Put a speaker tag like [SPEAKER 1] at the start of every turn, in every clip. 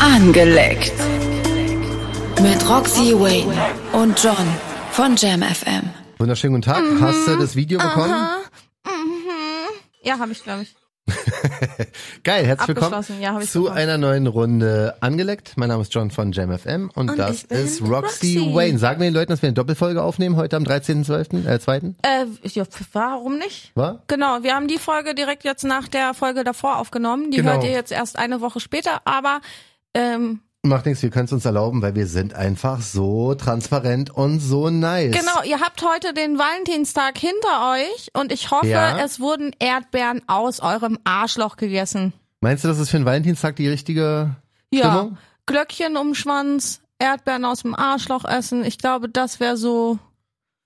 [SPEAKER 1] Angeleckt. Mit Roxy Wayne und John von Jam FM.
[SPEAKER 2] Wunderschönen guten Tag. Hast du das Video bekommen?
[SPEAKER 3] Mhm. Aha. Mhm. Ja, habe ich, glaube ich.
[SPEAKER 2] Geil, herzlich willkommen
[SPEAKER 3] Abgeschlossen. Ja, hab ich
[SPEAKER 2] zu
[SPEAKER 3] bekommen.
[SPEAKER 2] einer neuen Runde angeleckt. Mein Name ist John von JamFM und,
[SPEAKER 3] Und
[SPEAKER 2] das
[SPEAKER 3] ich bin
[SPEAKER 2] ist Roxy,
[SPEAKER 3] Roxy.
[SPEAKER 2] Wayne. Sagen wir den Leuten, dass wir eine Doppelfolge aufnehmen heute am 13.12., äh, 2.
[SPEAKER 3] Äh, ja, pf, warum nicht?
[SPEAKER 2] War?
[SPEAKER 3] Genau, wir haben die Folge direkt jetzt nach der Folge davor aufgenommen. Die
[SPEAKER 2] Genau.
[SPEAKER 3] hört ihr jetzt erst eine Woche später, aber ähm,
[SPEAKER 2] Macht nichts, wir können es uns erlauben, weil wir sind einfach so transparent und so nice.
[SPEAKER 3] genau, ihr habt heute den Valentinstag hinter euch und ich hoffe,
[SPEAKER 2] Ja.
[SPEAKER 3] es wurden Erdbeeren aus eurem Arschloch gegessen.
[SPEAKER 2] Meinst du, das ist für den Valentinstag die richtige Stimmung?
[SPEAKER 3] Ja, Glöckchen um den Schwanz, Erdbeeren aus dem Arschloch essen. Ich glaube, das wäre so.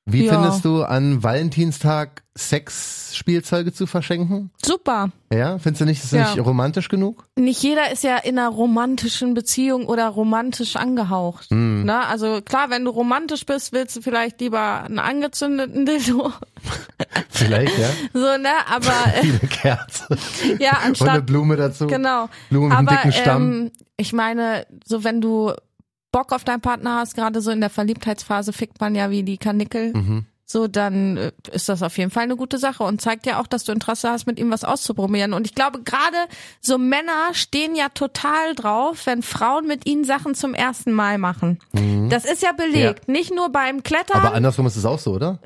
[SPEAKER 2] Wie
[SPEAKER 3] Ja.
[SPEAKER 2] findest du an Valentinstag Sexspielzeuge zu verschenken?
[SPEAKER 3] Super.
[SPEAKER 2] Ja, findest du nicht, das ist
[SPEAKER 3] Ja.
[SPEAKER 2] nicht romantisch genug?
[SPEAKER 3] nicht jeder ist ja in einer romantischen Beziehung oder romantisch angehaucht.
[SPEAKER 2] Hm.
[SPEAKER 3] Ne? Also klar, wenn du romantisch bist, willst du vielleicht lieber einen angezündeten Dildo.
[SPEAKER 2] Vielleicht, ja.
[SPEAKER 3] So, ne? Aber
[SPEAKER 2] Wie eine Kerze.
[SPEAKER 3] äh, ja,
[SPEAKER 2] Und eine
[SPEAKER 3] anstatt.
[SPEAKER 2] Blume dazu.
[SPEAKER 3] Genau.
[SPEAKER 2] Blume mit einem
[SPEAKER 3] Aber
[SPEAKER 2] dicken Stamm.
[SPEAKER 3] Ähm, ich meine, so wenn du Bock auf deinen Partner hast, gerade so in der Verliebtheitsphase fickt man ja wie die Kanickel.
[SPEAKER 2] Mhm.
[SPEAKER 3] So, dann äh, ist das auf jeden Fall eine gute Sache und zeigt ja auch, dass du Interesse hast, mit ihm was auszuprobieren. Und ich glaube, gerade so Männer stehen ja total drauf, wenn Frauen mit ihnen Sachen zum ersten Mal machen. Das ist ja belegt. Nicht nur beim Klettern,
[SPEAKER 2] Mhm. Aber andersrum ist es auch so, oder?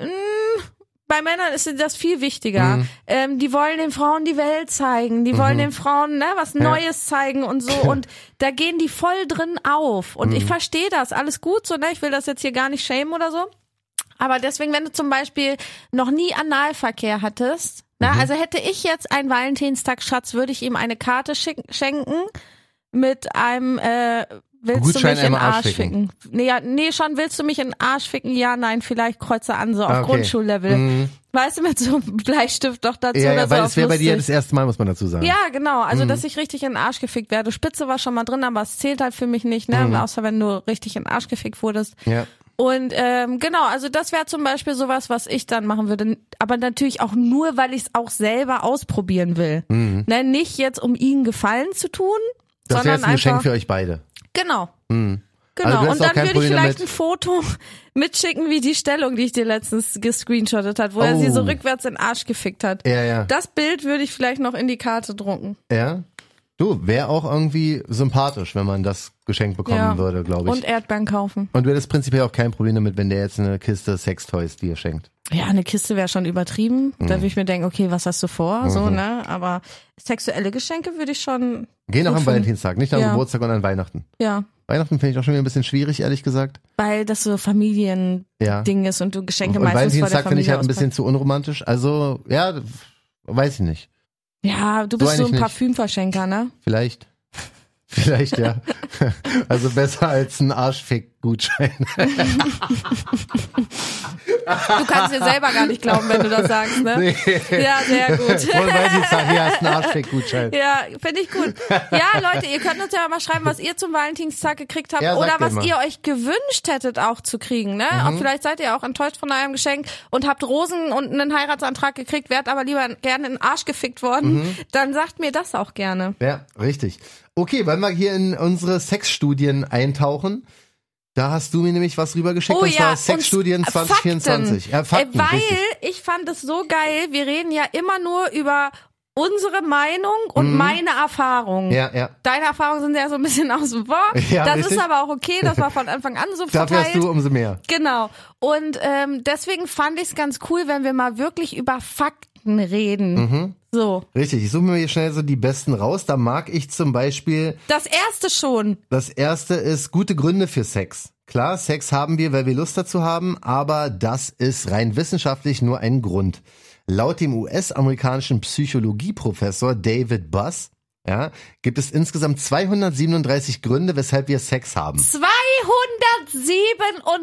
[SPEAKER 3] bei Männern ist das viel wichtiger.
[SPEAKER 2] Mhm.
[SPEAKER 3] Ähm, die wollen den Frauen die Welt zeigen, die wollen den Frauen ne, was Neues zeigen und so. Und da gehen die voll drin auf. Und
[SPEAKER 2] Mhm.
[SPEAKER 3] ich verstehe das, alles gut so, ne? Ich will das jetzt hier gar nicht schämen oder so. Aber deswegen, wenn du zum Beispiel noch nie Analverkehr hattest, ne,
[SPEAKER 2] Mhm.
[SPEAKER 3] also hätte ich jetzt einen Valentinstag-Schatz, würde ich ihm eine Karte schick, schenken mit einem äh, Willst
[SPEAKER 2] Gutschein
[SPEAKER 3] du mich in den
[SPEAKER 2] einmal
[SPEAKER 3] Arsch
[SPEAKER 2] abschicken.
[SPEAKER 3] ficken? Nee, ja, nee, schon willst du mich in den Arsch ficken? Ja, nein, vielleicht kreuze an, so auf
[SPEAKER 2] Ah, okay.
[SPEAKER 3] Grundschullevel.
[SPEAKER 2] Mhm.
[SPEAKER 3] Weißt du, mit so einem Bleistift doch dazu
[SPEAKER 2] Ja,
[SPEAKER 3] oder
[SPEAKER 2] ja,
[SPEAKER 3] so
[SPEAKER 2] weil
[SPEAKER 3] auf
[SPEAKER 2] es wäre bei dir Mhm. das
[SPEAKER 3] lustig.
[SPEAKER 2] erste Mal, muss man dazu sagen.
[SPEAKER 3] Ja, genau. Also, dass ich richtig in den Arsch gefickt werde. Spitze war schon mal drin, aber es zählt halt für mich nicht,
[SPEAKER 2] Mhm.
[SPEAKER 3] ne? Außer wenn du richtig in den Arsch gefickt wurdest.
[SPEAKER 2] ja.
[SPEAKER 3] Und ähm, genau, also das wäre zum Beispiel sowas, was ich dann machen würde. Aber natürlich auch nur, weil ich es auch selber ausprobieren will. Ne? Nicht jetzt, um ihnen Gefallen zu tun,
[SPEAKER 2] Mhm. Das wäre
[SPEAKER 3] sondern
[SPEAKER 2] jetzt ein Geschenk
[SPEAKER 3] einfach.
[SPEAKER 2] für euch beide.
[SPEAKER 3] Genau.
[SPEAKER 2] Also
[SPEAKER 3] Genau,
[SPEAKER 2] du hast
[SPEAKER 3] und
[SPEAKER 2] auch
[SPEAKER 3] dann
[SPEAKER 2] kein
[SPEAKER 3] würde ich
[SPEAKER 2] Problem
[SPEAKER 3] vielleicht
[SPEAKER 2] damit-
[SPEAKER 3] ein Foto mitschicken, wie die Stellung, die ich dir letztens gescreenshottet hat, wo er
[SPEAKER 2] Oh.
[SPEAKER 3] sie so rückwärts in den Arsch gefickt hat.
[SPEAKER 2] Ja, ja.
[SPEAKER 3] Das Bild würde ich vielleicht noch in die Karte drucken.
[SPEAKER 2] ja. Du, wäre auch irgendwie sympathisch, wenn man das Geschenk bekommen
[SPEAKER 3] Ja.
[SPEAKER 2] würde, glaube ich.
[SPEAKER 3] Und Erdbeeren kaufen.
[SPEAKER 2] Und du hättest prinzipiell auch kein Problem damit, wenn der jetzt eine Kiste Sextoys dir schenkt.
[SPEAKER 3] Ja, eine Kiste wäre schon übertrieben.
[SPEAKER 2] Mhm.
[SPEAKER 3] Da würde ich mir denken, okay, was hast du vor? So, ne? Aber sexuelle Geschenke würde ich schon,
[SPEAKER 2] Geh nach
[SPEAKER 3] Gut
[SPEAKER 2] am
[SPEAKER 3] finden.
[SPEAKER 2] Valentinstag, nicht nach
[SPEAKER 3] Ja.
[SPEAKER 2] Geburtstag und an Weihnachten.
[SPEAKER 3] ja.
[SPEAKER 2] Weihnachten finde ich auch schon wieder ein bisschen schwierig, ehrlich gesagt.
[SPEAKER 3] Weil das so Familiending
[SPEAKER 2] Ja.
[SPEAKER 3] ist und du Geschenke
[SPEAKER 2] und
[SPEAKER 3] meistens vor der
[SPEAKER 2] Valentinstag finde
[SPEAKER 3] Familie
[SPEAKER 2] ich halt ein
[SPEAKER 3] auspackst.
[SPEAKER 2] bisschen zu unromantisch. Also, ja, weiß ich nicht.
[SPEAKER 3] Ja, du bist so,
[SPEAKER 2] eigentlich
[SPEAKER 3] ein
[SPEAKER 2] nicht.
[SPEAKER 3] Parfümverschenker, ne?
[SPEAKER 2] Vielleicht. Vielleicht, ja. Also besser als ein Arschfick-Gutschein.
[SPEAKER 3] Du kannst dir selber gar nicht glauben, wenn du das sagst, ne? Ja, sehr gut.
[SPEAKER 2] Und Valentinstag, hier hast du einen Arschfick-Gutschein.
[SPEAKER 3] Ja, finde ich gut. Ja, Leute, ihr könnt uns ja mal schreiben, was ihr zum Valentinstag gekriegt habt
[SPEAKER 2] Ja,
[SPEAKER 3] oder
[SPEAKER 2] sagt ihr
[SPEAKER 3] was
[SPEAKER 2] mal. Mhm.
[SPEAKER 3] ihr euch gewünscht hättet auch zu kriegen. Ne? Auch vielleicht seid ihr auch enttäuscht von eurem Geschenk und habt Rosen und einen Heiratsantrag gekriegt, wärt aber lieber gerne in den Arsch gefickt worden.
[SPEAKER 2] Mhm.
[SPEAKER 3] Dann sagt mir das auch gerne.
[SPEAKER 2] Ja, richtig. Okay, wollen wir hier in unsere Sexstudien eintauchen? Da hast du mir nämlich was rübergeschickt,
[SPEAKER 3] Oh
[SPEAKER 2] und
[SPEAKER 3] ja,
[SPEAKER 2] zwar
[SPEAKER 3] und
[SPEAKER 2] Sexstudien
[SPEAKER 3] S-
[SPEAKER 2] 2024.
[SPEAKER 3] Fakten.
[SPEAKER 2] Ja, Fakten,
[SPEAKER 3] Äh, Weil
[SPEAKER 2] richtig.
[SPEAKER 3] ich fand es so geil, wir reden ja immer nur über unsere Meinung und meine Erfahrung.
[SPEAKER 2] Mhm. Ja, ja.
[SPEAKER 3] Deine Erfahrungen sind ja so ein bisschen außen vor.
[SPEAKER 2] Ja,
[SPEAKER 3] das
[SPEAKER 2] richtig.
[SPEAKER 3] ist aber auch okay, das war von Anfang an so
[SPEAKER 2] Dafür
[SPEAKER 3] verteilt.
[SPEAKER 2] hast du umso mehr.
[SPEAKER 3] Genau. Und ähm, deswegen fand ich es ganz cool, wenn wir mal wirklich über Fakten reden.
[SPEAKER 2] Mhm.
[SPEAKER 3] So.
[SPEAKER 2] Richtig, ich suche mir hier schnell so die besten raus. Da mag ich zum Beispiel,
[SPEAKER 3] Das erste schon.
[SPEAKER 2] das erste ist gute Gründe für Sex. Klar, Sex haben wir, weil wir Lust dazu haben, aber das ist rein wissenschaftlich nur ein Grund. Laut dem US-amerikanischen Psychologieprofessor David Buss ja, gibt es insgesamt 237 Gründe, weshalb wir Sex haben.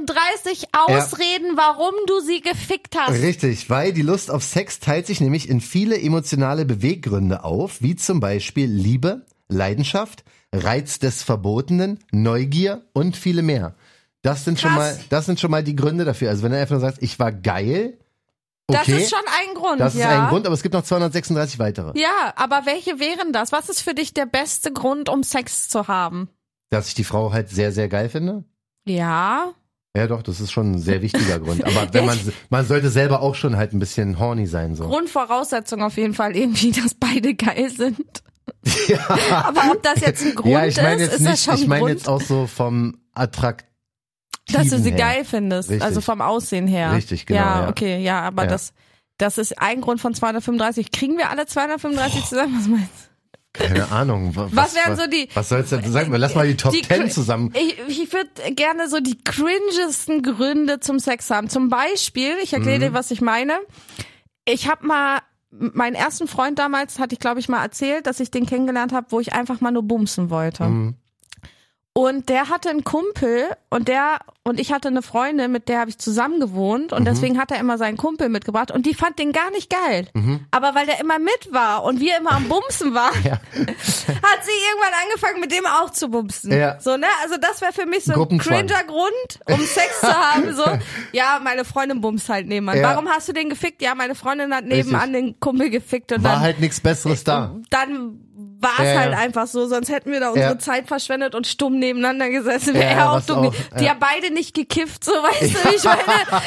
[SPEAKER 3] 237 Ausreden, warum du sie gefickt hast.
[SPEAKER 2] Richtig, weil die Lust auf Sex teilt sich nämlich in viele emotionale Beweggründe auf, wie zum Beispiel Liebe, Leidenschaft, Reiz des Verbotenen, Neugier und viele mehr. Das sind schon
[SPEAKER 3] Krass.
[SPEAKER 2] mal, das sind schon mal die Gründe dafür. Also wenn er einfach nur sagt, ich war geil, okay,
[SPEAKER 3] Das ist schon ein Grund,
[SPEAKER 2] das ist
[SPEAKER 3] ja.
[SPEAKER 2] ein Grund, aber es gibt noch 236 weitere.
[SPEAKER 3] Ja, aber welche wären das? Was ist für dich der beste Grund, um Sex zu haben?
[SPEAKER 2] Dass ich die Frau halt sehr, sehr geil finde?
[SPEAKER 3] Ja.
[SPEAKER 2] Ja, doch, das ist schon ein sehr wichtiger Grund. Aber wenn man, man sollte selber auch schon halt ein bisschen horny sein, so.
[SPEAKER 3] Grundvoraussetzung auf jeden Fall irgendwie, dass beide geil sind. Aber ob das jetzt ein Grund
[SPEAKER 2] ja, ich meine
[SPEAKER 3] ist,
[SPEAKER 2] jetzt
[SPEAKER 3] ist das
[SPEAKER 2] nicht,
[SPEAKER 3] schon
[SPEAKER 2] ich
[SPEAKER 3] ein
[SPEAKER 2] meine
[SPEAKER 3] Grund,
[SPEAKER 2] jetzt auch so vom Attrakt.
[SPEAKER 3] dass du sie
[SPEAKER 2] her.
[SPEAKER 3] geil findest,
[SPEAKER 2] Richtig.
[SPEAKER 3] also vom Aussehen her.
[SPEAKER 2] Richtig, genau,
[SPEAKER 3] Ja,
[SPEAKER 2] ja.
[SPEAKER 3] okay, ja, aber
[SPEAKER 2] Ja.
[SPEAKER 3] das das ist ein Grund von 235. Kriegen wir alle 235 zusammen? Was meinst
[SPEAKER 2] Keine Ahnung. wa-
[SPEAKER 3] Was wären so die-
[SPEAKER 2] Was sollst du denn sagen? Lass mal die Top
[SPEAKER 3] du?
[SPEAKER 2] Ten
[SPEAKER 3] Cri-
[SPEAKER 2] zusammen.
[SPEAKER 3] Ich, ich würde gerne so die cringesten Gründe zum Sex haben. Zum Beispiel, ich erkläre
[SPEAKER 2] Mhm.
[SPEAKER 3] dir, was ich meine. Ich habe mal meinen ersten Freund damals, hatte ich glaube ich mal erzählt, dass ich den kennengelernt habe, wo ich einfach mal nur bumsen wollte.
[SPEAKER 2] Mhm.
[SPEAKER 3] Und der hatte einen Kumpel und der und ich hatte eine Freundin, mit der habe ich zusammen gewohnt
[SPEAKER 2] Mhm.
[SPEAKER 3] und deswegen hat er immer seinen Kumpel mitgebracht und die fand den gar nicht geil. Aber weil der immer mit war und wir immer am Bumsen waren,
[SPEAKER 2] Mhm. Ja.
[SPEAKER 3] hat sie irgendwann angefangen, mit dem auch zu bumsen.
[SPEAKER 2] Ja.
[SPEAKER 3] So, ne? Also das wäre für mich so ein
[SPEAKER 2] Gruppenzwang.
[SPEAKER 3] cringer Grund, um Sex zu haben. So, ja, meine Freundin bumst halt nebenan.
[SPEAKER 2] Ja.
[SPEAKER 3] Warum hast du den gefickt? Ja, meine Freundin hat nebenan den Kumpel gefickt und
[SPEAKER 2] War
[SPEAKER 3] dann
[SPEAKER 2] halt nichts Besseres da.
[SPEAKER 3] dann war
[SPEAKER 2] Ja,
[SPEAKER 3] es
[SPEAKER 2] ja.
[SPEAKER 3] halt einfach so, sonst hätten wir da unsere
[SPEAKER 2] Ja,
[SPEAKER 3] Zeit verschwendet und stumm nebeneinander gesessen. Wäre
[SPEAKER 2] Ja,
[SPEAKER 3] er auch
[SPEAKER 2] was
[SPEAKER 3] dumm.
[SPEAKER 2] auch,
[SPEAKER 3] Die
[SPEAKER 2] ja.
[SPEAKER 3] haben beide nicht gekifft, so weißt du, wie ich meine,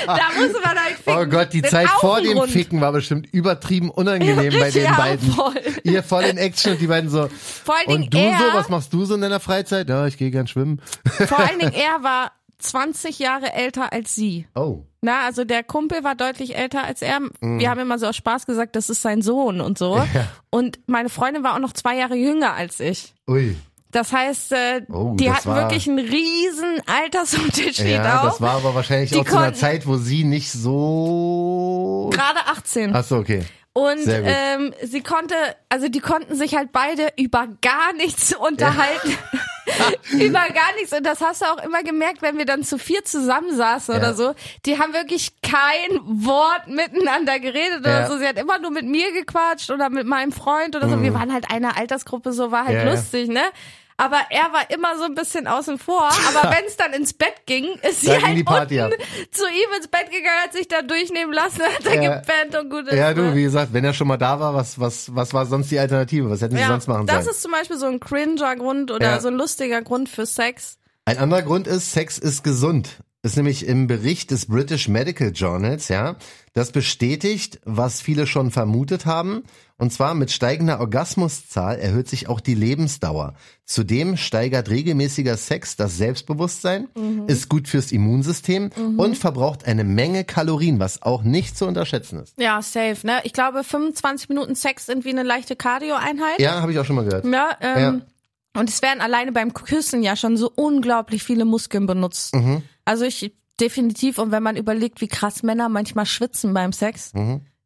[SPEAKER 3] da muss man halt ficken.
[SPEAKER 2] Oh Gott, die
[SPEAKER 3] Den
[SPEAKER 2] Zeit vor dem
[SPEAKER 3] Augengrund.
[SPEAKER 2] Ficken war bestimmt übertrieben unangenehm bei den
[SPEAKER 3] Ja,
[SPEAKER 2] beiden.
[SPEAKER 3] voll.
[SPEAKER 2] Ihr voll in Action und die beiden so.
[SPEAKER 3] Vor allen Dingen
[SPEAKER 2] und du
[SPEAKER 3] er-
[SPEAKER 2] so, was machst du so in deiner Freizeit? Ja, ich gehe gern schwimmen.
[SPEAKER 3] Vor allen Dingen, er war 20 Jahre älter als sie.
[SPEAKER 2] Oh.
[SPEAKER 3] Na, also der Kumpel war deutlich älter als er.
[SPEAKER 2] Mhm.
[SPEAKER 3] Wir haben immer so aus Spaß gesagt, das ist sein Sohn und so. Und meine Freundin war auch noch zwei Jahre jünger als ich.
[SPEAKER 2] Ui.
[SPEAKER 3] Das heißt, äh,
[SPEAKER 2] Oh,
[SPEAKER 3] die
[SPEAKER 2] das
[SPEAKER 3] hatten
[SPEAKER 2] war-
[SPEAKER 3] wirklich einen riesen Altersunterschied
[SPEAKER 2] Ja,
[SPEAKER 3] auch.
[SPEAKER 2] das war aber wahrscheinlich
[SPEAKER 3] Die
[SPEAKER 2] auch zu einer
[SPEAKER 3] konnten-
[SPEAKER 2] Zeit, wo sie nicht so.
[SPEAKER 3] Gerade 18.
[SPEAKER 2] Ach so, okay.
[SPEAKER 3] Und
[SPEAKER 2] Sehr gut.
[SPEAKER 3] ähm, sie konnte, also die konnten sich halt beide über gar nichts unterhalten. über gar nichts. Und das hast du auch immer gemerkt, wenn wir dann zu vier zusammensaßen
[SPEAKER 2] Ja.
[SPEAKER 3] oder so. Die haben wirklich kein Wort miteinander geredet oder
[SPEAKER 2] Ja. Mhm.
[SPEAKER 3] so. Sie hat immer nur mit mir gequatscht oder mit meinem Freund oder so. Wir waren halt einer Altersgruppe, so war halt
[SPEAKER 2] Ja, ja.
[SPEAKER 3] lustig, ne? Aber er war immer so ein bisschen außen vor. Aber wenn es dann ins Bett ging, ist sie
[SPEAKER 2] Da ging
[SPEAKER 3] halt
[SPEAKER 2] die Party
[SPEAKER 3] unten
[SPEAKER 2] ab.
[SPEAKER 3] zu ihm ins Bett gegangen, hat sich da durchnehmen lassen, hat da
[SPEAKER 2] Ja.
[SPEAKER 3] gepennt und gut ist.
[SPEAKER 2] Ja,
[SPEAKER 3] ne?
[SPEAKER 2] du, wie gesagt, wenn er schon mal da war, was, was, was war sonst die Alternative? Was hätten sie sonst machen
[SPEAKER 3] das
[SPEAKER 2] sollen?
[SPEAKER 3] ist zum Beispiel so ein cringer Grund oder
[SPEAKER 2] Ja.
[SPEAKER 3] so ein lustiger Grund für Sex.
[SPEAKER 2] Ein anderer Grund ist, Sex ist gesund. Ist nämlich im Bericht des British Medical Journals, ja, das bestätigt, was viele schon vermutet haben. Und zwar mit steigender Orgasmuszahl erhöht sich auch die Lebensdauer. Zudem steigert regelmäßiger Sex das Selbstbewusstsein,
[SPEAKER 3] Mhm.
[SPEAKER 2] ist gut fürs Immunsystem und verbraucht eine Menge Kalorien, was auch nicht zu unterschätzen ist.
[SPEAKER 3] Ja, safe, ne? Ich glaube, 25 Minuten Sex sind wie eine leichte Cardio-Einheit.
[SPEAKER 2] Ja, habe ich auch schon mal gehört.
[SPEAKER 3] Ja, ähm, Und es werden alleine beim Küssen ja schon so unglaublich viele Muskeln benutzt.
[SPEAKER 2] Mhm.
[SPEAKER 3] Also ich definitiv, und wenn man überlegt, wie krass Männer manchmal schwitzen beim Sex,